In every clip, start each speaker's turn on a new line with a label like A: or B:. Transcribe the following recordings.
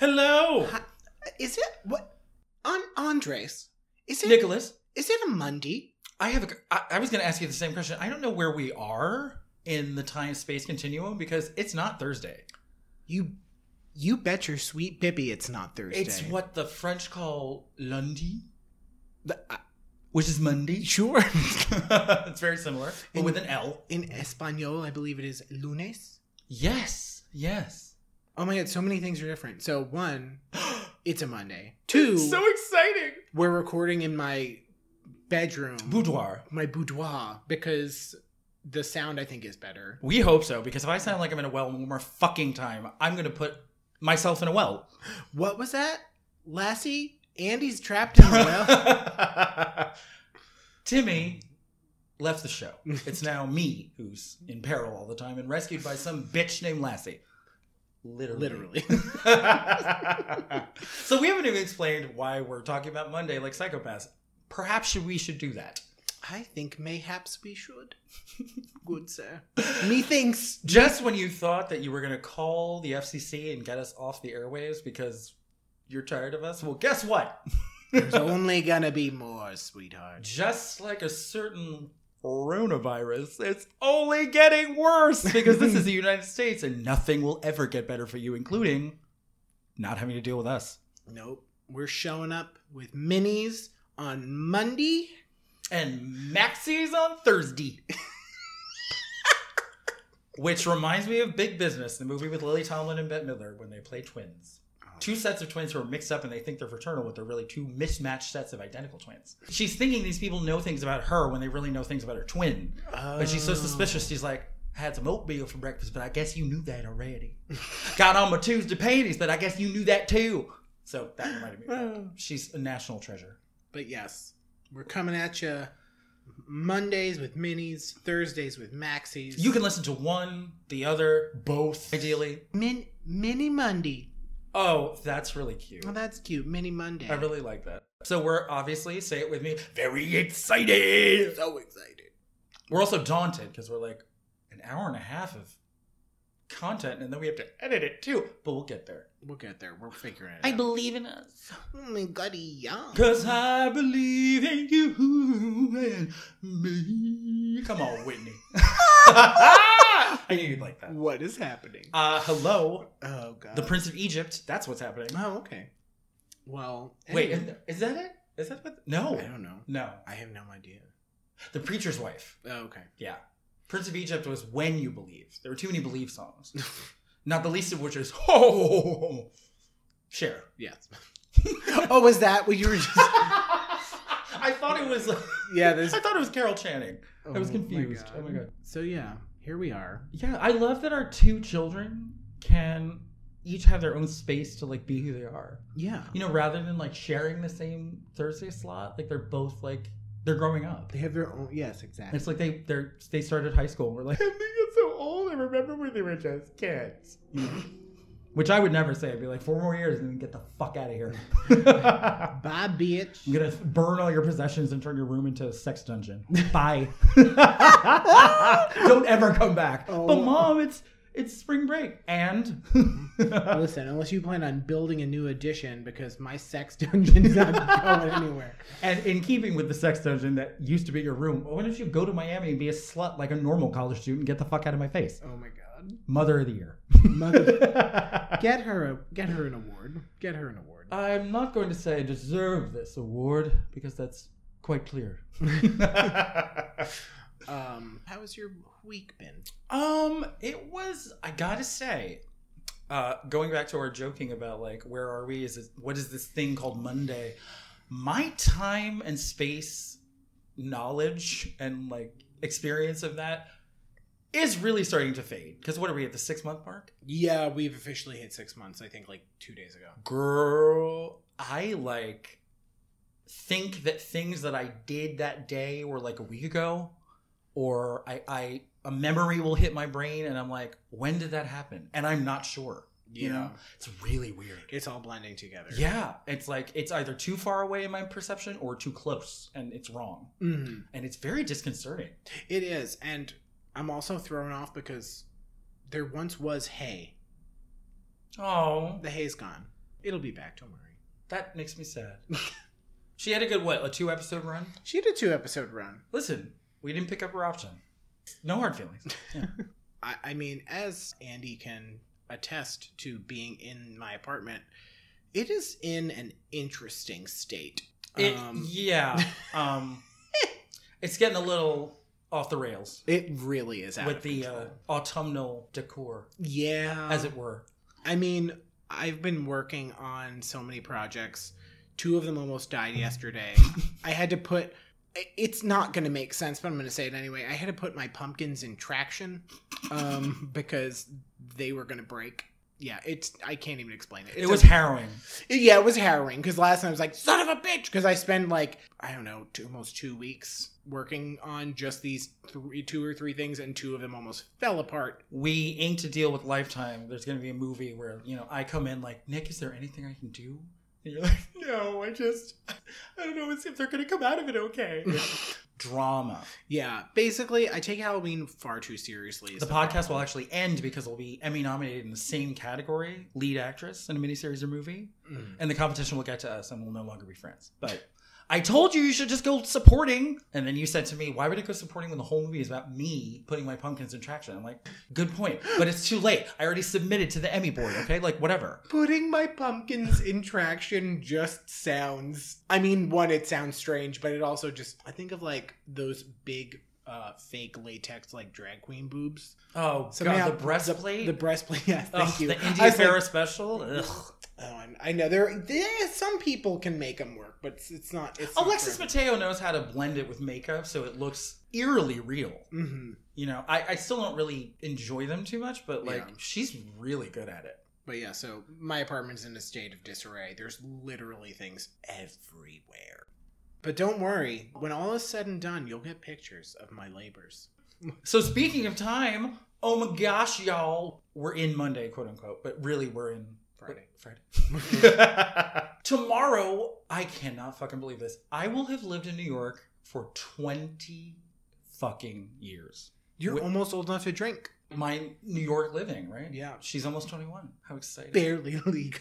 A: Hello,
B: Is it what on Andres? Is it is
A: Nicholas.
B: it a Monday?
A: I have. A, I, I was going to ask you the same question. I don't know where we are in the time space continuum because it's not Thursday.
B: You you bet your sweet Bippy it's not Thursday.
A: It's what the French call lundi,
B: The- uh,
A: which is Monday.
B: sure.
A: it's very similar, but
B: In-
A: with an L.
B: In Espanol, I believe it is lunes.
A: Yes, yes.
B: Oh my god, so many things are different. So one, it's a Monday. Two,
A: so exciting.
B: we're recording in my bedroom,
A: Boudoir.
B: my boudoir, because the sound I think is better.
A: We hope so because if I sound like I'm in a well one more fucking time, I'm going to put myself in a well.
B: What was that, Lassie? Andy's trapped in a well.
A: Timmy left the show. It's now me who's in peril all the time and rescued by some bitch named Lassie. Literally.
B: Literally.
A: so we haven't even explained why we're talking about Monday like psychopaths. Perhaps should- we should do that.
B: I think mayhaps we should. Good sir. Methinks.
A: Just when you thought that you were going to call the FCC and get us off the airwaves because you're tired of us, well, guess what?
B: There's only gonna be more, sweetheart.
A: Just like a certain coronavirus, it's only getting worse because this is the United States and nothing will ever get better for you, including not having to deal with us.
B: Nope. We're showing up with minis on Monday.
A: and Maxie's on Thursday. Which reminds me of Big Business, the movie with Lily Tomlin and Bette Midler when they play twins. Two sets of twins who are mixed up and they think they're fraternal, but they're really two mismatched sets of identical twins. She's thinking these people know things about her when they really know things about her twin. But she's
B: Oh.
A: so suspicious, she's like, had some oatmeal for breakfast, but I guess you knew that already. Got on my Tuesday panties, but I guess you knew that too. So that reminded me. of that.
B: Oh.
A: She's a national treasure.
B: But yes, we're coming at you Mondays with minis, Thursdays with maxis.
A: You can listen to one, the other, both, ideally.
B: min mini Monday.
A: Oh, that's really cute.
B: Oh, that's cute. Mini Monday.
A: I really like that. So we're obviously, say it with me, very excited.
B: so excited.
A: We're also daunted because we're like an hour and a half of content and then we have to edit it too. But we'll get there.
B: We'll get there. We're figuring it out.
A: believe in us.
B: oh my god, yeah.
A: Because I believe in you and me. Come on, Whitney. I knew you'd like that.
B: What is happening?
A: Uh, hello,
B: Oh god.
A: the Prince of Egypt. That's what's happening.
B: Oh, okay. Well,
A: Wait,
B: anyway.
A: is, is that it? Is that what? No,
B: I don't know.
A: no.
B: I have no idea.
A: The preacher's wife.
B: Oh, okay.
A: Yeah, Prince of Egypt was "When You Believe." There were too many "Believe" songs, not the least of which is "Oh, share."
B: Yes. oh, was that what you were just?
A: I thought it was.
B: Yeah,
A: I
B: this.
A: thought it was Carol Channing. I was
B: Oh,
A: confused. Oh my god.
B: So yeah, here we are.
A: Yeah, I love that our two children can each have their own space to like be who they are.
B: Yeah,
A: You know, rather than like sharing the same Thursday slot, like they're both like they're growing up.
B: they have their own. Yes, exactly.
A: It's like they they're they started high school and were like, they get so old. I remember when they were just kids. Which I would never say. I'd be like, four more years and then get the fuck out of here. I'm
B: Bye, bitch.
A: gonna burn all your possessions and turn your room into a sex dungeon. Bye. Don't ever come back.
B: Oh.
A: But mom, it's it's spring break and
B: Listen, unless you plan on building a new addition, because my sex dungeon's not going anywhere.
A: and in keeping with the sex dungeon that used to be your room, why don't you go to Miami and be a slut like a normal college student and get the fuck out of my face?
B: Oh my god.
A: Mother of the year.
B: Mother, get her a get her an award. Get her an award.
A: I'm not going to say I deserve this award because that's quite clear.
B: Um, how has your week been?
A: um, it was. I gotta say, uh, going back to our joking about like where are we? Is it, what is this thing called Monday? My time and space, knowledge and like experience of that is really starting to fade. Because what are we at the six month mark?
B: Yeah, we've officially hit six months. I think like two days ago.
A: girl i like think that things that i did that day were like a week ago or i i a memory will hit my brain and i'm like when did that happen and i'm not sure
B: Yeah,
A: you know it's really weird
B: it's all blending together.
A: yeah it's like it's either too far away in my perception or too close and it's wrong
B: Mhm.
A: and it's very disconcerting
B: It is, and I'm also thrown off because there once was hay.
A: oh
B: The hay's gone. It'll be back. Don't worry.
A: That makes me sad. she had a good what, a two episode run?
B: She did a two episode run.
A: Listen, we didn't pick up her option. No hard feelings. Yeah.
B: I, I mean, as Andy can attest to being in my apartment, it is in an interesting state.
A: It,
B: Um,
A: yeah. Um, it's getting a little off the rails
B: it really is out
A: with
B: of
A: the
B: control. Um,
A: uh, autumnal decor,
B: yeah.
A: as it were.
B: I mean, I've been working on so many projects. Two of them almost died yesterday. I had to put. It's not going to make sense, but I'm going to say it anyway. I had to put my pumpkins in traction um, because they were going to break. Yeah, it's. I can't even explain it. It's
A: it was
B: a-
A: harrowing.
B: yeah, it was harrowing because last night I was like, son of a bitch, because I spend like I don't know, two, almost two weeks working on just these three, two or three things, and two of them almost fell apart.
A: We inked a deal with Lifetime. There's going to be a movie where you know I come in like Nick, is there anything I can do? And you're like, no, I just I don't know if they're going to come out of it okay. It's Drama.
B: Yeah, basically, I take Halloween far too seriously.
A: The
B: so-
A: podcast will actually end because it'll be Emmy nominated in the same category, lead actress in a miniseries or movie.
B: Mm.
A: and the competition will get to us and we'll no longer be friends. But I told you you should just go supporting. And then you said to me, why would it go supporting when the whole movie is about me putting my pumpkins in traction? I'm like, good point. But it's too late. I already submitted to the Emmy board, okay? Like, whatever.
B: Putting my pumpkins in traction just sounds. I mean, one, it sounds strange, but it also just. I think of like those big uh, fake latex, like drag queen boobs.
A: Oh,
B: So
A: God,
B: now
A: the breastplate.
B: The breastplate, yeah,
A: Ugh,
B: thank you.
A: The
B: I
A: India
B: was like,
A: Farrah special. Ugh.
B: Oh, and I know there. there some people can make them work, but it's, it's not. It's not
A: Alexis
B: for everyone.
A: Mateo knows how to blend it with makeup so it looks eerily real.
B: Mhm.
A: You know, I, I still don't really enjoy them too much, but like,
B: Yeah.
A: she's really good at it.
B: But yeah, so my apartment's in a state of disarray. There's literally things everywhere. But don't worry. When all is said and done, you'll get pictures of my labors.
A: So speaking of time, oh my gosh, y'all, we're in Monday, quote unquote, but really we're in
B: Friday.
A: Friday. Tomorrow, I cannot fucking believe this. I will have lived in New York for twenty fucking years.
B: You're
A: Wh-
B: almost old enough to drink.
A: My New York living, right?
B: Yeah.
A: She's almost twenty-one. How exciting!
B: Barely legal.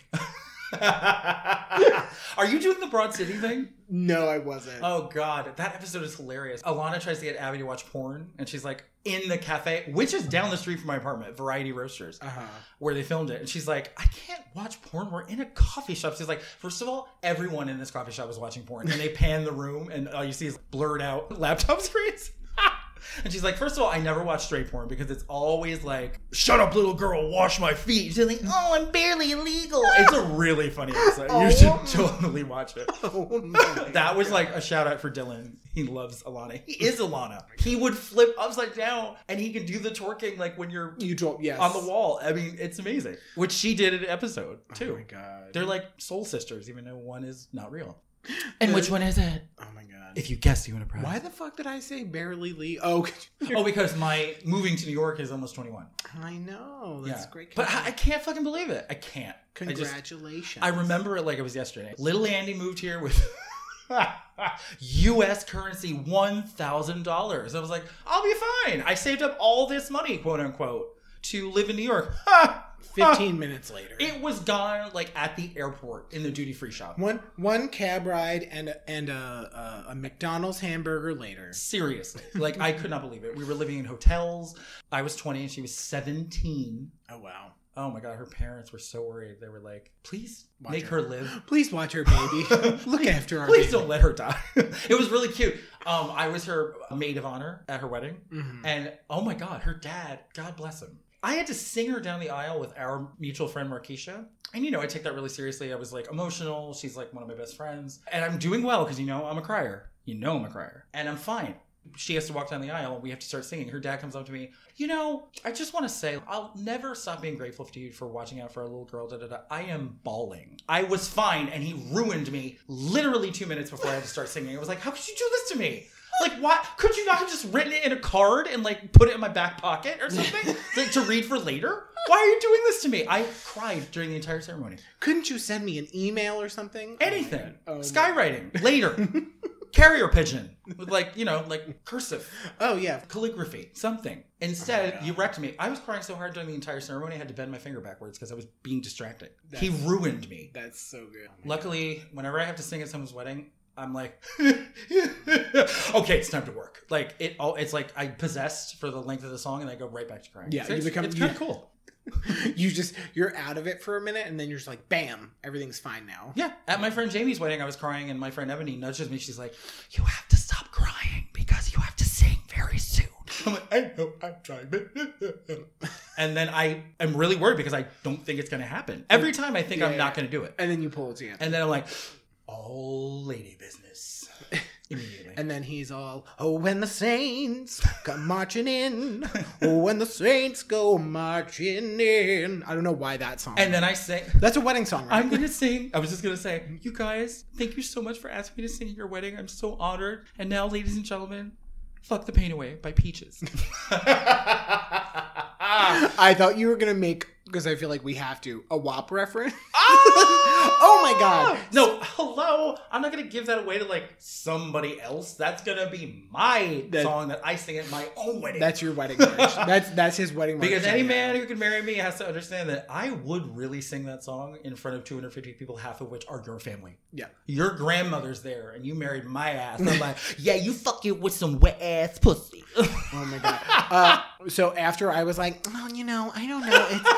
A: Are you doing the Broad City thing?
B: No, I wasn't.
A: Oh god, that episode is hilarious. Alana tries to get Abby to watch porn, and she's like in the cafe, which is down the street from my apartment, Variety Roasters.
B: Uh-huh.
A: where they filmed it. And she's like, I can't watch porn. We're in a coffee shop. She's like, first of all, everyone in this coffee shop is watching porn. And they pan the room and all you see is blurred out laptop screens. and she's like, first of all, I never watch straight porn because it's always like, shut up, little girl, wash my feet. She's like, oh, I'm barely illegal. it's a really funny episode. You
B: Oh.
A: should totally watch it.
B: Oh my
A: That was like a shout out for Dylan. He loves Alana. He is Alana. He would flip upside down and he can do the twerking like when you're
B: you told yes
A: on the wall. I mean, it's amazing. Which she did in episode
B: Oh
A: too.
B: my god.
A: They're like soul sisters, even though one is not real.
B: And which
A: one is it?
B: oh my god.
A: If you guess, you win a prize.
B: Why the fuck did I say barely legal? Oh, 'cause you're-
A: Oh, because my moving to New York is almost twenty-one.
B: I know. That's
A: yeah,
B: great.
A: but I, I can't fucking believe it. I can't. I just-
B: Congratulations.
A: I remember it like it was yesterday. Little Andy moved here with U.S. currency one thousand dollars. I was like, I'll be fine. I saved up all this money, quote unquote, to live in New York. Ha!
B: 15 minutes later.
A: It was gone like at the airport in the duty free shop.
B: one one cab ride and a, and a, a, a McDonald's hamburger later.
A: Seriously. Like, I could not believe it. We were living in hotels. I was 20 and she was 17.
B: Oh wow.
A: Oh my God, her parents were so worried. They were like, please
B: Watch
A: make
B: her.
A: her live.
B: Please watch her baby. Look after her.
A: Please don't let her die. it was really cute. Um, I was her maid of honor at her wedding.
B: hmm
A: And oh my God, her dad, God bless him. I had to sing her down the aisle with our mutual friend Marquisha. And you know, I take that really seriously. I was like emotional. She's like one of my best friends. And I'm doing well because you know, I'm a crier. You know, I'm a crier. And I'm fine. She has to walk down the aisle and we have to start singing. Her dad comes up to me, you know, I just want to say I'll never stop being grateful to you for watching out for our little girl. Da, da, da. I am bawling. I was fine and he ruined me literally two minutes before I had to start singing. I was like, how could you do this to me? Like, why could you not have just written it in a card and like put it in my back pocket or something like, to read for later? Why are you doing this to me? I cried during the entire ceremony.
B: Couldn't you send me an email or something?
A: Anything,
B: Oh my God. Oh my-
A: skywriting later. carrier pigeon with like you know like cursive
B: Oh yeah.
A: calligraphy something. Instead,
B: God.
A: you wrecked me. I was crying so hard during the entire ceremony, I had to bend my finger backwards because I was being distracted. He
B: That's-
A: ruined me.
B: That's so good.
A: Oh, Luckily, whenever I have to sing at someone's wedding, I'm like, okay, it's time to work. Like it all, it's like I possessed for the length of the song, and I go right back to crying.
B: Yeah,
A: So
B: you
A: it's,
B: become-
A: it's
B: you-
A: kind of cool.
B: you just you're out of it for a minute and then you're just like bam, everything's fine now.
A: Yeah, at my friend Jamie's wedding, I was crying, and my friend Ebony nudges me. She's like, "You have to stop crying because you have to sing very soon." I'm like, "I know, I'm trying," but and then I am really worried because I don't think it's going to happen. Every time I think
B: Yeah,
A: I'm not
B: yeah.
A: going to do it,
B: And then you pull it together.
A: and then I'm like, "All lady business." Immediately.
B: And then he's all, oh, when the saints come marching in, oh, when the saints go marching in. I don't know why that song.
A: And then I sing.
B: that's a wedding song, right?
A: I'm gonna sing. I was just gonna say, you guys, thank you so much for asking me to sing at your wedding. I'm so honored. And now, ladies and gentlemen, "Fuck the Pain Away" by Peaches. ah,
B: I thought you were gonna make because I feel like we have to a WAP reference.
A: Ah!
B: Oh my God.
A: No, hello. I'm not gonna give that away to like somebody else. That's gonna be my
B: That-
A: song that I sing at my own wedding.
B: That's your wedding march. That's that's his wedding march.
A: because
B: right
A: any
B: now.
A: man who can marry me has to understand that I would really sing that song in front of 250 people, half of which are your family.
B: Yeah.
A: Your grandmother's there and you married my ass. I'm like, yeah, you fuck you with some wet ass pussy.
B: Oh my god. Uh, so after I was like, well, you know, I don't know. It's,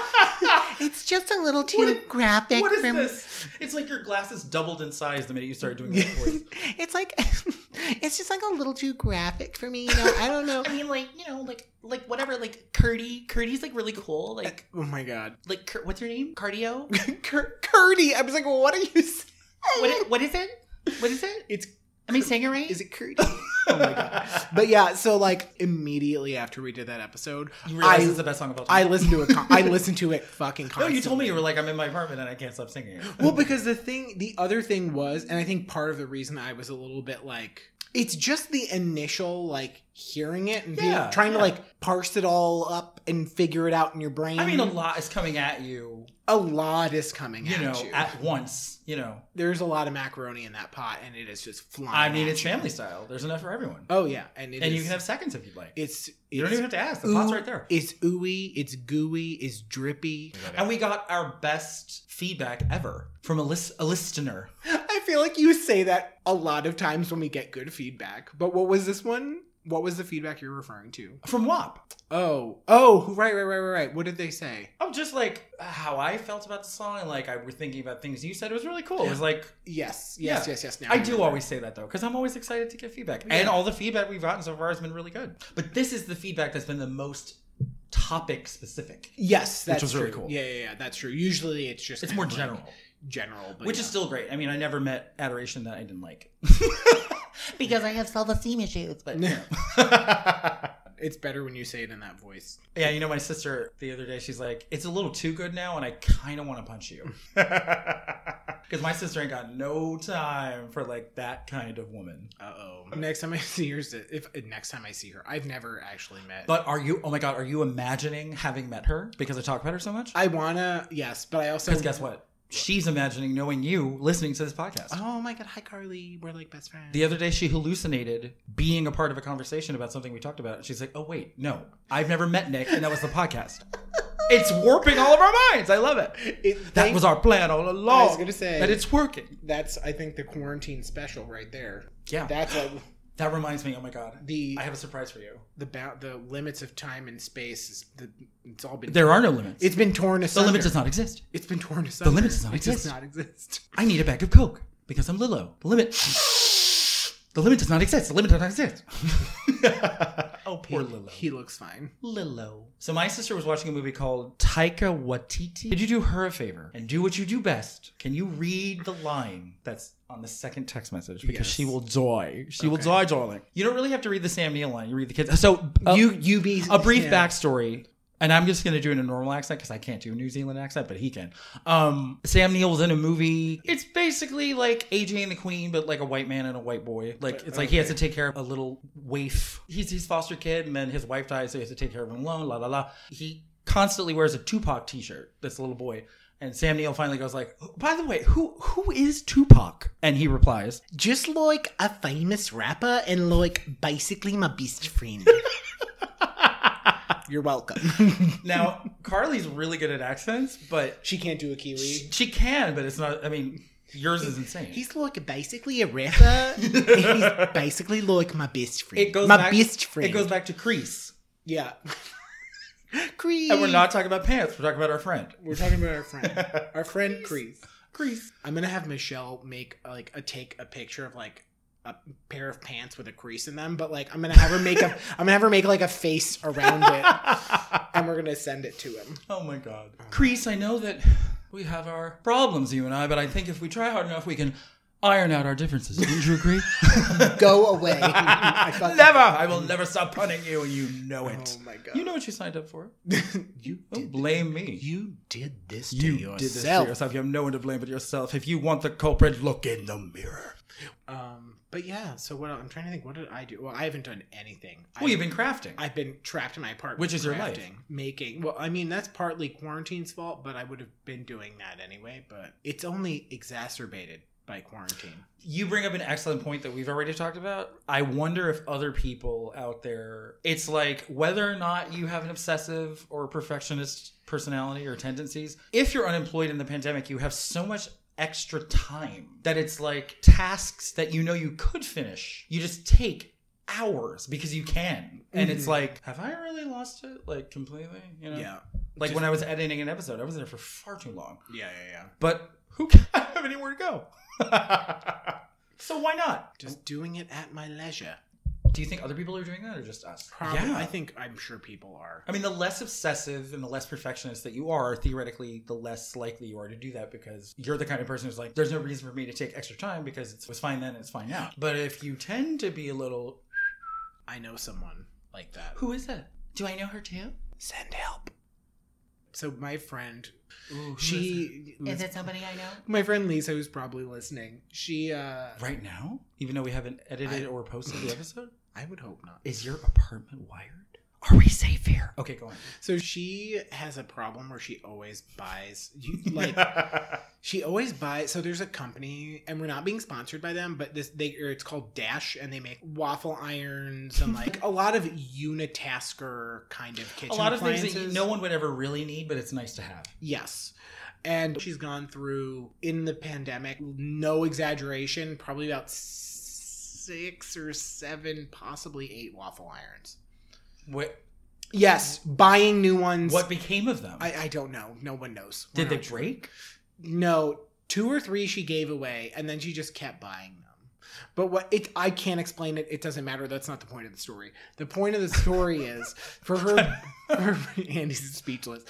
B: it's just a little too
A: What-
B: graphic.
A: what is
B: for me."
A: this? It's like your glasses doubled in size the minute you started doing that voice.
B: it's like it's just like a little too graphic for me. You know, I don't know.
A: I mean, like you know, like like whatever, like Curdy. Curdy's like really cool. Like
B: Oh my god,
A: like Cur- what's her name? Cardio.
B: Cur- Curdy. I was like, well, what are you? Saying?
A: What what is it? What is it?
B: It's
A: Am I saying it right?
B: is it Curdy? oh my god. But yeah, so like immediately after we did that episode,
A: You realize
B: I-
A: it's the best song of all time.
B: I listened to it. Con- I listened to it fucking.
A: No,
B: Constantly.
A: you told me you were like, I'm in my apartment and I can't stop singing it.
B: Well, because the thing, the other thing was, and I think part of the reason I was a little bit like, it's just the initial like hearing it and being,
A: Yeah,
B: trying
A: yeah.
B: to like parse it all up and figure it out in your brain.
A: I mean, a lot is coming at you,
B: a lot is coming
A: you
B: at
A: know,
B: you.
A: at once. You know,
B: There's a lot of macaroni in that pot, and it is just flying.
A: I mean,
B: at
A: it's
B: you.
A: family style. There's enough for everyone,
B: Oh yeah, and it
A: and
B: is-
A: you can have seconds if you'd like.
B: it's
A: You don't
B: it's-
A: even have to ask. The pot's
B: ooh.
A: right there.
B: It's ooey, it's gooey, it's drippy.
A: And we got our best feedback ever from a, lis- a listener.
B: I feel like you say that a lot of times when we get good feedback. But what was this one? What was the feedback you're referring to?
A: from WAP.
B: Oh, oh, who- right, right, right, right, right. What did they say?
A: Oh, just like how I felt about the song, and like I were thinking about things you said. It was really cool. It was like
B: Yes, yes,
A: Yeah.
B: yes, yes. Now
A: I do
B: remember.
A: always say that though, because I'm always excited to get feedback,
B: Yeah.
A: and all the feedback we've gotten so far has been really good. But this is the feedback that's been the most topic specific.
B: Yes, that's
A: was
B: true.
A: really cool.
B: Yeah, yeah, yeah, that's true. Usually, it's just
A: It's
B: kind
A: more
B: of like
A: general,
B: general, but
A: which
B: yeah.
A: is still great. I mean, I never met adoration that I didn't like because I have self esteem issues. But you know.
B: it's better when you say it in that voice.
A: Yeah, you know, my sister the other day, she's like, it's a little too good now, and I kind of want to punch you. Because my sister ain't got no time for like that kind of woman.
B: Uh oh. Next time I see her, if next time I see her, I've never actually met.
A: But are you, oh my God, are you imagining having met her because I talk about her so much?
B: I wanna, yes, but I also
A: Because guess what? She's imagining knowing you listening to this podcast.
B: Oh my god! Hi, Carly. We're like best friends.
A: The other day, she hallucinated being a part of a conversation about something we talked about. And she's like, oh, wait, no, I've never met Nick, and that was the podcast. it's warping all of our minds. I love it.
B: It-
A: That
B: thank-
A: was our plan all along.
B: I was gonna say
A: That it's working.
B: that's I think the quarantine special right there.
A: Yeah. That,
B: That's like
A: reminds me. Oh my god.
B: the
A: I have a surprise for you.
B: the bound the limits of time and space is the, it's all been
A: There are no limits.
B: it's been torn
A: the
B: asunder.
A: limit does not exist.
B: it's been torn asunder.
A: limit does not
B: It
A: exist.
B: Does not exist.
A: I need a bag of coke because I'm Lilo. The limit. The limit does not exist. The limit does not exist. oh, poor
B: he,
A: Lilo.
B: He looks fine.
A: Lilo. So my sister was watching a movie called Taika Waititi. Could you do her a favor and do what you do best? Can you read the line that's on the second text message because
B: Yes.
A: she will die. She will
B: Okay.
A: die, darling. You don't really have to read the Sam Neill line. You read the kids. So uh,
B: you you be
A: a brief
B: yeah.
A: backstory, and I'm just going to do it in a normal accent because I can't do a New Zealand accent, but he can. Um, Sam Neill was in a movie. It's basically like AJ and the Queen, but like a white man and a white boy. Like it's like he has to take care of a little waif. He's his foster kid, and then his wife dies, so he has to take care of him alone. La la la. He constantly wears a Tupac T-shirt. That's a little boy. And Sam Neill finally goes like, "By the way, who who is Tupac?" And he replies,
B: Just like a famous rapper and like basically my best friend. You're welcome.
A: "Now Carly's really good at accents, but
B: she can't do a Kiwi.
A: she, she can, but it's not. I mean, yours is insane."
B: He's like basically a rapper. He's basically like my best friend.
A: It goes
B: my
A: back-
B: best friend.
A: it goes back to Crease,
B: yeah. Crease.
A: and we're not talking about pants. We're talking about our friend
B: We're talking about our friend. Our friend Crease.
A: Crease.
B: I'm gonna have Michelle make like a take a picture of like a pair of pants with a crease in them, but like I'm gonna have her make a I'm gonna have her make like a face around it, and we're gonna send it to him.
A: Oh my god. Crease, I know that we have our problems, you and I, but I think if we try hard enough, we can iron out our differences. Wouldn't you agree?
B: Go away. I fucking-
A: never! I will never stop punning you, and you know it.
B: Oh my god.
A: You know what you signed up for.
B: you
A: Don't blame me.
B: you did this to
A: Oh. You
B: yourself.
A: did this to yourself. You have no one to blame but yourself. If you want the culprit, look in the mirror.
B: Um, but yeah. So what? I'm trying to think. What did I do? Well, I haven't done anything.
A: Well, you've been crafting.
B: I've been trapped in my apartment,
A: Which is your life.
B: making. Well, I mean that's partly quarantine's fault, but I would have been doing that anyway. But it's only exacerbated by quarantine.
A: you bring up an excellent point that we've already talked about. I wonder if other people out there, it's like whether or not you have an obsessive or perfectionist personality or tendencies, if you're unemployed in the pandemic, you have so much extra time that it's like tasks that you know you could finish, you just take hours because you can. And it's
B: Mhm.
A: like, have I really lost it like completely? You know?
B: Yeah,
A: Like
B: Just-
A: when I was editing an episode, I was there for far too long
B: yeah, yeah, yeah.
A: but who can I have anywhere to go? so why not?
B: Just doing it at my leisure.
A: Do you think other people are doing that or just us?
B: Probably.
A: Yeah.
B: I think I'm sure people are.
A: I mean, the less obsessive and the less perfectionist that you are, theoretically, the less likely you are to do that because you're the kind of person who's like, there's no reason for me to take extra time because it was fine then and it's fine now. But if you tend to be a little,
B: I know someone like that.
A: who is that? Do I know her too?
B: Send help. So my friend,
A: Ooh, who is it?
B: she,
A: Who is it somebody I know?
B: my friend Lisa, who's probably listening. She, uh,
A: Right now, even though we haven't edited
B: I-
A: or posted the episode,
B: I would hope not.
A: is your apartment wired? Are we safe here? Okay, go on.
B: So she has a problem where she always buys, you, like, She always buys. So there's a company, and we're not being sponsored by them, but this they or it's called Dash, and they make waffle irons and like a lot of unitasker kind of kitchen
A: a lot of things that you-
B: appliances.
A: no one would ever really need, but it's nice to have.
B: Yes. And she's gone through in the pandemic, no exaggeration, probably about six or seven, possibly eight waffle irons.
A: What
B: Yes, buying new ones.
A: what became of them?
B: I, I don't know. No one knows.
A: Did
B: We're
A: they
B: not sure.
A: break?
B: No, two or three she gave away, and then she just kept buying them. But what it I can't explain it. It doesn't matter. That's not the point of the story. The point of the story is for her. her Andy's speechless.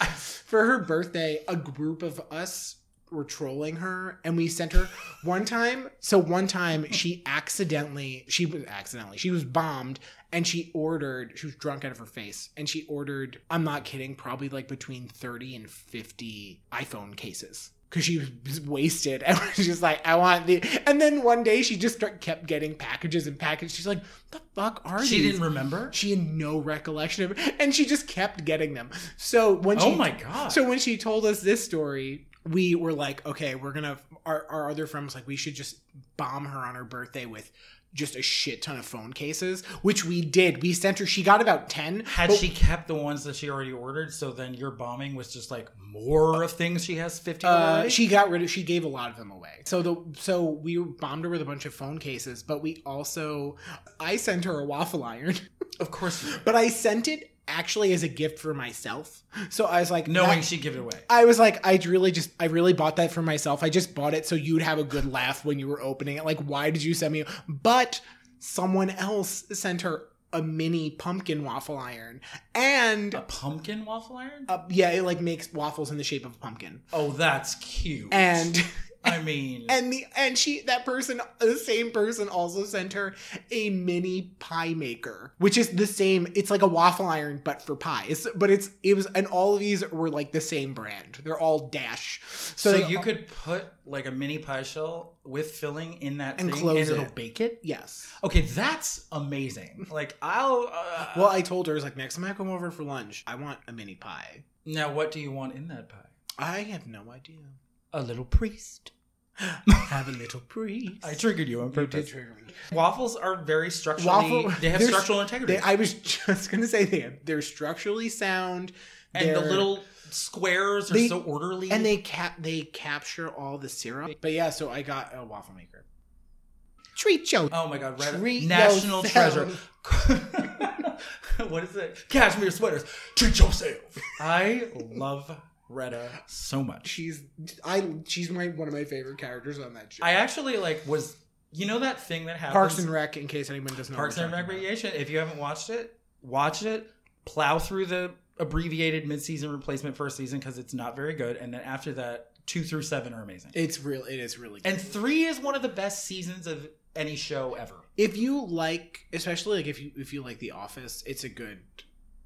B: For her birthday, a group of us were trolling her, and we sent her one time. So one time she accidentally she was accidentally she was bombed, and she ordered she was drunk out of her face, and she ordered. I'm not kidding. Probably like between thirty and fifty iPhone cases. Cause she was wasted, and was just like, "I want the." And then one day, she just start, kept getting packages and packages. She's like, "The fuck are
A: She
B: these?"
A: didn't remember.
B: She had no recollection of it, and she just kept getting them. So when
A: oh
B: she,
A: my god!
B: so when she told us this story, we were like, okay, we're gonna. Our our other friend was like, we should just bomb her on her birthday with just a shit ton of phone cases, which we did. We sent her. She got about ten.
A: had
B: but-
A: she kept the ones that she already ordered, so then your bombing was just like more of things she has fifty.
B: Uh,
A: already?
B: she got rid of. She gave a lot of them away. So the so we bombed her with a bunch of phone cases, but we also, I sent her a waffle iron,
A: of course, you did.
B: but I sent it actually as a gift for myself. So I was like,
A: knowing
B: that-
A: she'd give it away.
B: I was like, I really just, I really bought that for myself. I just bought it so you'd have a good laugh when you were opening it. Like, why did you send me? But someone else sent her a mini pumpkin waffle iron, and
A: A pumpkin waffle iron?
B: uh, yeah, it like makes waffles in the shape of a pumpkin.
A: oh, that's cute.
B: And
A: I mean,
B: and the and she that person the same person also sent her a mini pie maker, which is the same. It's like a waffle iron but for pies. But it's it was and all of these were like the same brand. They're all Dash. So,
A: so,
B: they-
A: you could put like a mini pie shell with filling in that
B: And
A: thing,
B: close
A: and it'll
B: it.
A: bake it.
B: yes.
A: Okay, that's amazing. Like I'll. Uh,
B: Well, I told her, I was like, next time I come over for lunch, I want a mini pie.
A: Now, what do you want in that pie?
B: I have no idea.
A: A little priest.
B: have a little priest.
A: I triggered you on
B: You did
A: purpose.
B: trigger me.
A: Waffles are very structurally.
B: Waffle-
A: they have
B: they're-
A: structural integrity.
B: They, I was just gonna say they have, they're structurally sound,
A: and the
B: they're-
A: little squares are
B: They-
A: so orderly.
B: and they cap they capture all the syrup. But yeah, so I got a waffle maker. Treat yo,
A: Oh my god, right.
B: treat
A: National
B: yourself.
A: treasure. what is it? Cashmere sweaters. Treat yourself. I love Retta so much.
B: She's I she's my one of my favorite characters on that show.
A: I actually like was you know that thing that happens
B: Parks and Rec, in case anyone doesn't know.
A: Parks
B: what
A: and
B: we're talking about.
A: Recreation. If you haven't watched it, watch it. Plow through the abbreviated mid-season replacement first season because it's not very good, and then after that, two through seven are amazing.
B: It's real. It is really.
A: and three is one of the best seasons of any show ever.
B: if you like, especially like if you if you like The Office, it's a good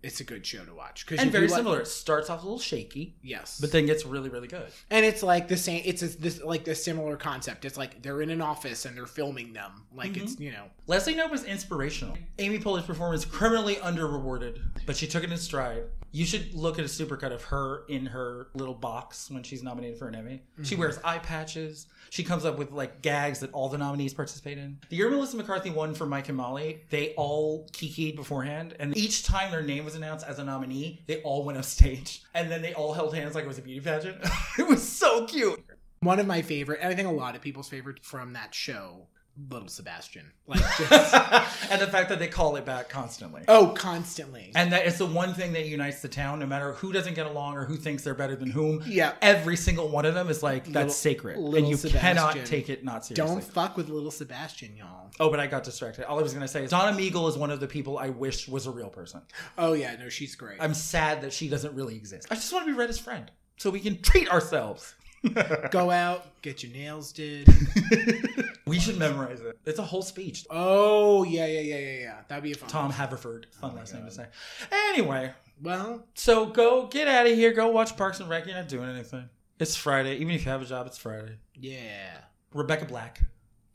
B: it's a good show to watch because
A: And very similar. It starts off a little shaky,
B: yes,
A: but then gets really, really good.
B: and it's like the same. It's a, this like a similar concept. It's like they're in an office and they're filming them. Like
A: Mm-hmm.
B: it's you know
A: Leslie Knope was inspirational. Amy Poehler's performance criminally underrewarded, but she took it in stride. You should look at a supercut of her in her little box when she's nominated for an Emmy. She
B: Mhm.
A: wears eye patches. She comes up with like gags that all the nominees participate in. The year Melissa McCarthy won for Mike and Molly, they all kikied beforehand, and each time their name was announced as a nominee, they all went up stage and then they all held hands like it was a beauty pageant. it was so cute.
B: one of my favorite, and I think a lot of people's favorite from that show, Little Sebastian. Like just,
A: and the fact that they call it back constantly.
B: oh, constantly.
A: And that it's the one thing that unites the town, no matter who doesn't get along or who thinks they're better than whom.
B: yeah,
A: Every single one of them is like, that's
B: Little-
A: sacred. And
B: little
A: you cannot
B: Sebastian.
A: take it not seriously.
B: don't fuck with Little Sebastian, y'all.
A: oh, but I got distracted. All I was going to say is Donna Meagle is one of the people I wish was a real person.
B: Oh yeah, no, she's great.
A: I'm sad that she doesn't really exist. I just want to be Retta's friend so we can treat ourselves.
B: Go out, get your nails did.
A: we should memorize it. It's a whole speech.
B: oh yeah, yeah, yeah, yeah, yeah. That'd be a fun.
A: Tom Haverford. Fun
B: Oh my
A: last name to say.
B: God.
A: Anyway,
B: Well,
A: so go get out of here. Go watch Parks and Rec. You're not doing anything. It's Friday. Even if you have a job, it's Friday.
B: yeah,
A: Rebecca Black.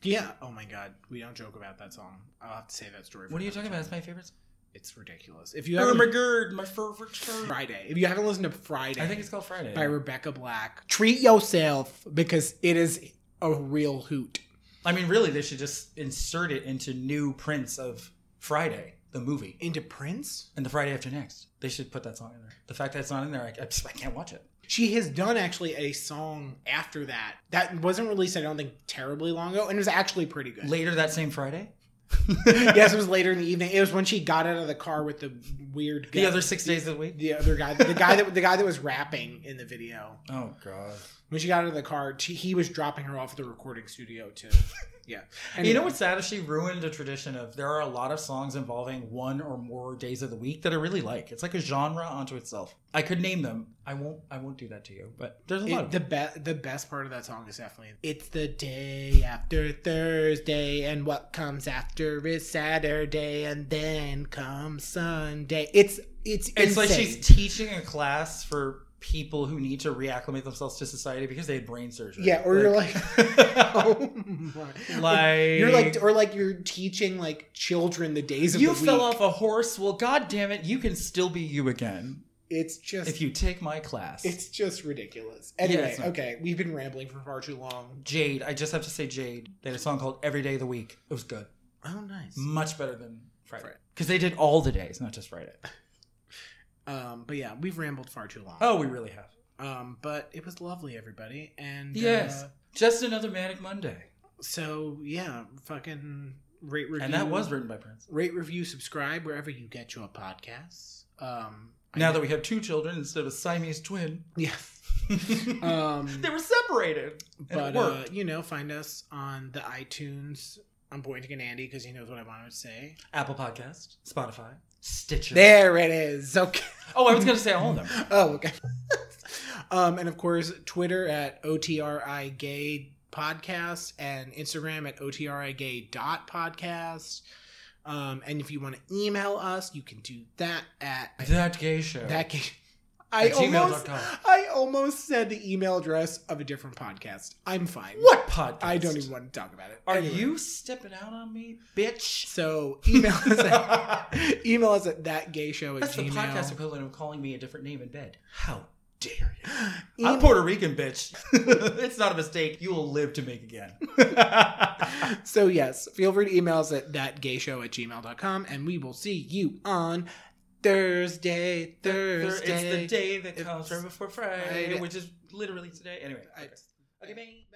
B: yeah. Oh my god, we don't joke about that song. I'll have to say that story. for
A: What are you
B: another
A: talking about? It's
B: time.
A: my favorite.
B: It's ridiculous. If you
A: Oh my
B: haven't
A: god, my favorite shirt.
B: Friday, if you haven't listened to Friday,
A: I think it's called Friday.
B: by Rebecca Black. Treat yourself because it is a real hoot.
A: I mean, really, they should just insert it into new prints of Friday, the movie,
B: Into Prince?
A: and the Friday after next. They should put that song in there. The fact that it's not in there, I, I, just, I can't watch it.
B: She has done actually a song after that that wasn't released, I don't think, terribly long ago, and it was actually pretty good.
A: Later that same Friday,
B: yes, it was later in the evening. It was when she got out of the car with the weird
A: the
B: guy-
A: other six days of the week.
B: the other guy, the guy that the guy that was rapping in the video.
A: Oh god.
B: When she got out of the car, she, he was dropping her off at the recording studio too. Yeah,
A: And You know what's sad is she ruined a tradition of there are a lot of songs involving one or more days of the week that I really like. It's like a genre onto itself. I could name them. I won't. I won't do that to you. But there's a lot.
B: It,
A: of
B: the best the best part of that song is definitely it's the day after Thursday and what comes after is Saturday and then comes Sunday. It's it's
A: It's like
B: insane.
A: she's teaching a class for people who need to reacclimate themselves to society because they had brain surgery.
B: yeah, or you're like
A: like,
B: oh my.
A: like,
B: you're like or like you're teaching like children the days of
A: you
B: the week.
A: fell off a horse. Well, god damn it, you can still be you again
B: It's just
A: if you take my class.
B: it's just ridiculous.
A: Yeah,
B: Anyway,
A: it's not-
B: okay, we've been rambling for far too long.
A: Jade, I just have to say, Jade. They had a song called "Every Day of the Week." It was good,
B: Oh, nice.
A: much better than Friday
B: Friday.
A: because they did all the days, not just Friday.
B: Um, but yeah, we've rambled far too long.
A: Oh, we really have.
B: um, but it was lovely, everybody, and
A: Yes.
B: uh,
A: Just another manic Monday,
B: So yeah, fucking rate review.
A: and that was written by Prince.
B: rate review subscribe wherever you get your podcasts. Um, I
A: Now
B: know-
A: that we have two children instead of a Siamese twin,
B: yeah, um,
A: they were separated. it
B: but uh,
A: worked.
B: you know, find us on the iTunes. I'm pointing at Andy because he knows what I want to say.
A: Apple Podcast, Spotify, Stitcher.
B: There it is. Okay.
A: Oh, I was going to say all of them.
B: Oh, okay. um, and of course, Twitter at OTRI Gay Podcast and Instagram at OTRI Gay dot podcast. Um, and if you want to email us, you can do that at
A: That gay show.
B: that. Gay- I
A: At gmail.com.
B: almost, I almost said the email address of a different podcast. I'm fine.
A: what podcast?
B: I don't even want to talk about it.
A: Are
B: Anyway,
A: you stepping out on me, bitch?
B: So email us at,
A: That's
B: email us at that gay show at
A: the podcast
B: gmail.
A: equivalent of calling me a different name in bed. How dare you? I'm
B: Ian-
A: Puerto Rican, bitch. it's not a mistake. You will live to make again. Bye.
B: So, yes, feel free to email us at thatgayshow at gmail.com and we will see you on Thursday. Thursday.
A: It's the day that comes
B: It's
A: right before Friday,
B: Friday.
A: which is literally today. Anyway.
B: I-
A: okay, bye.